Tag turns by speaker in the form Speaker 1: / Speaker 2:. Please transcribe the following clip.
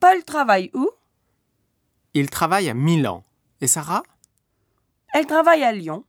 Speaker 1: Paul travaille où
Speaker 2: Il travaille à Milan. Et Sarah
Speaker 1: Elle travaille à Lyon.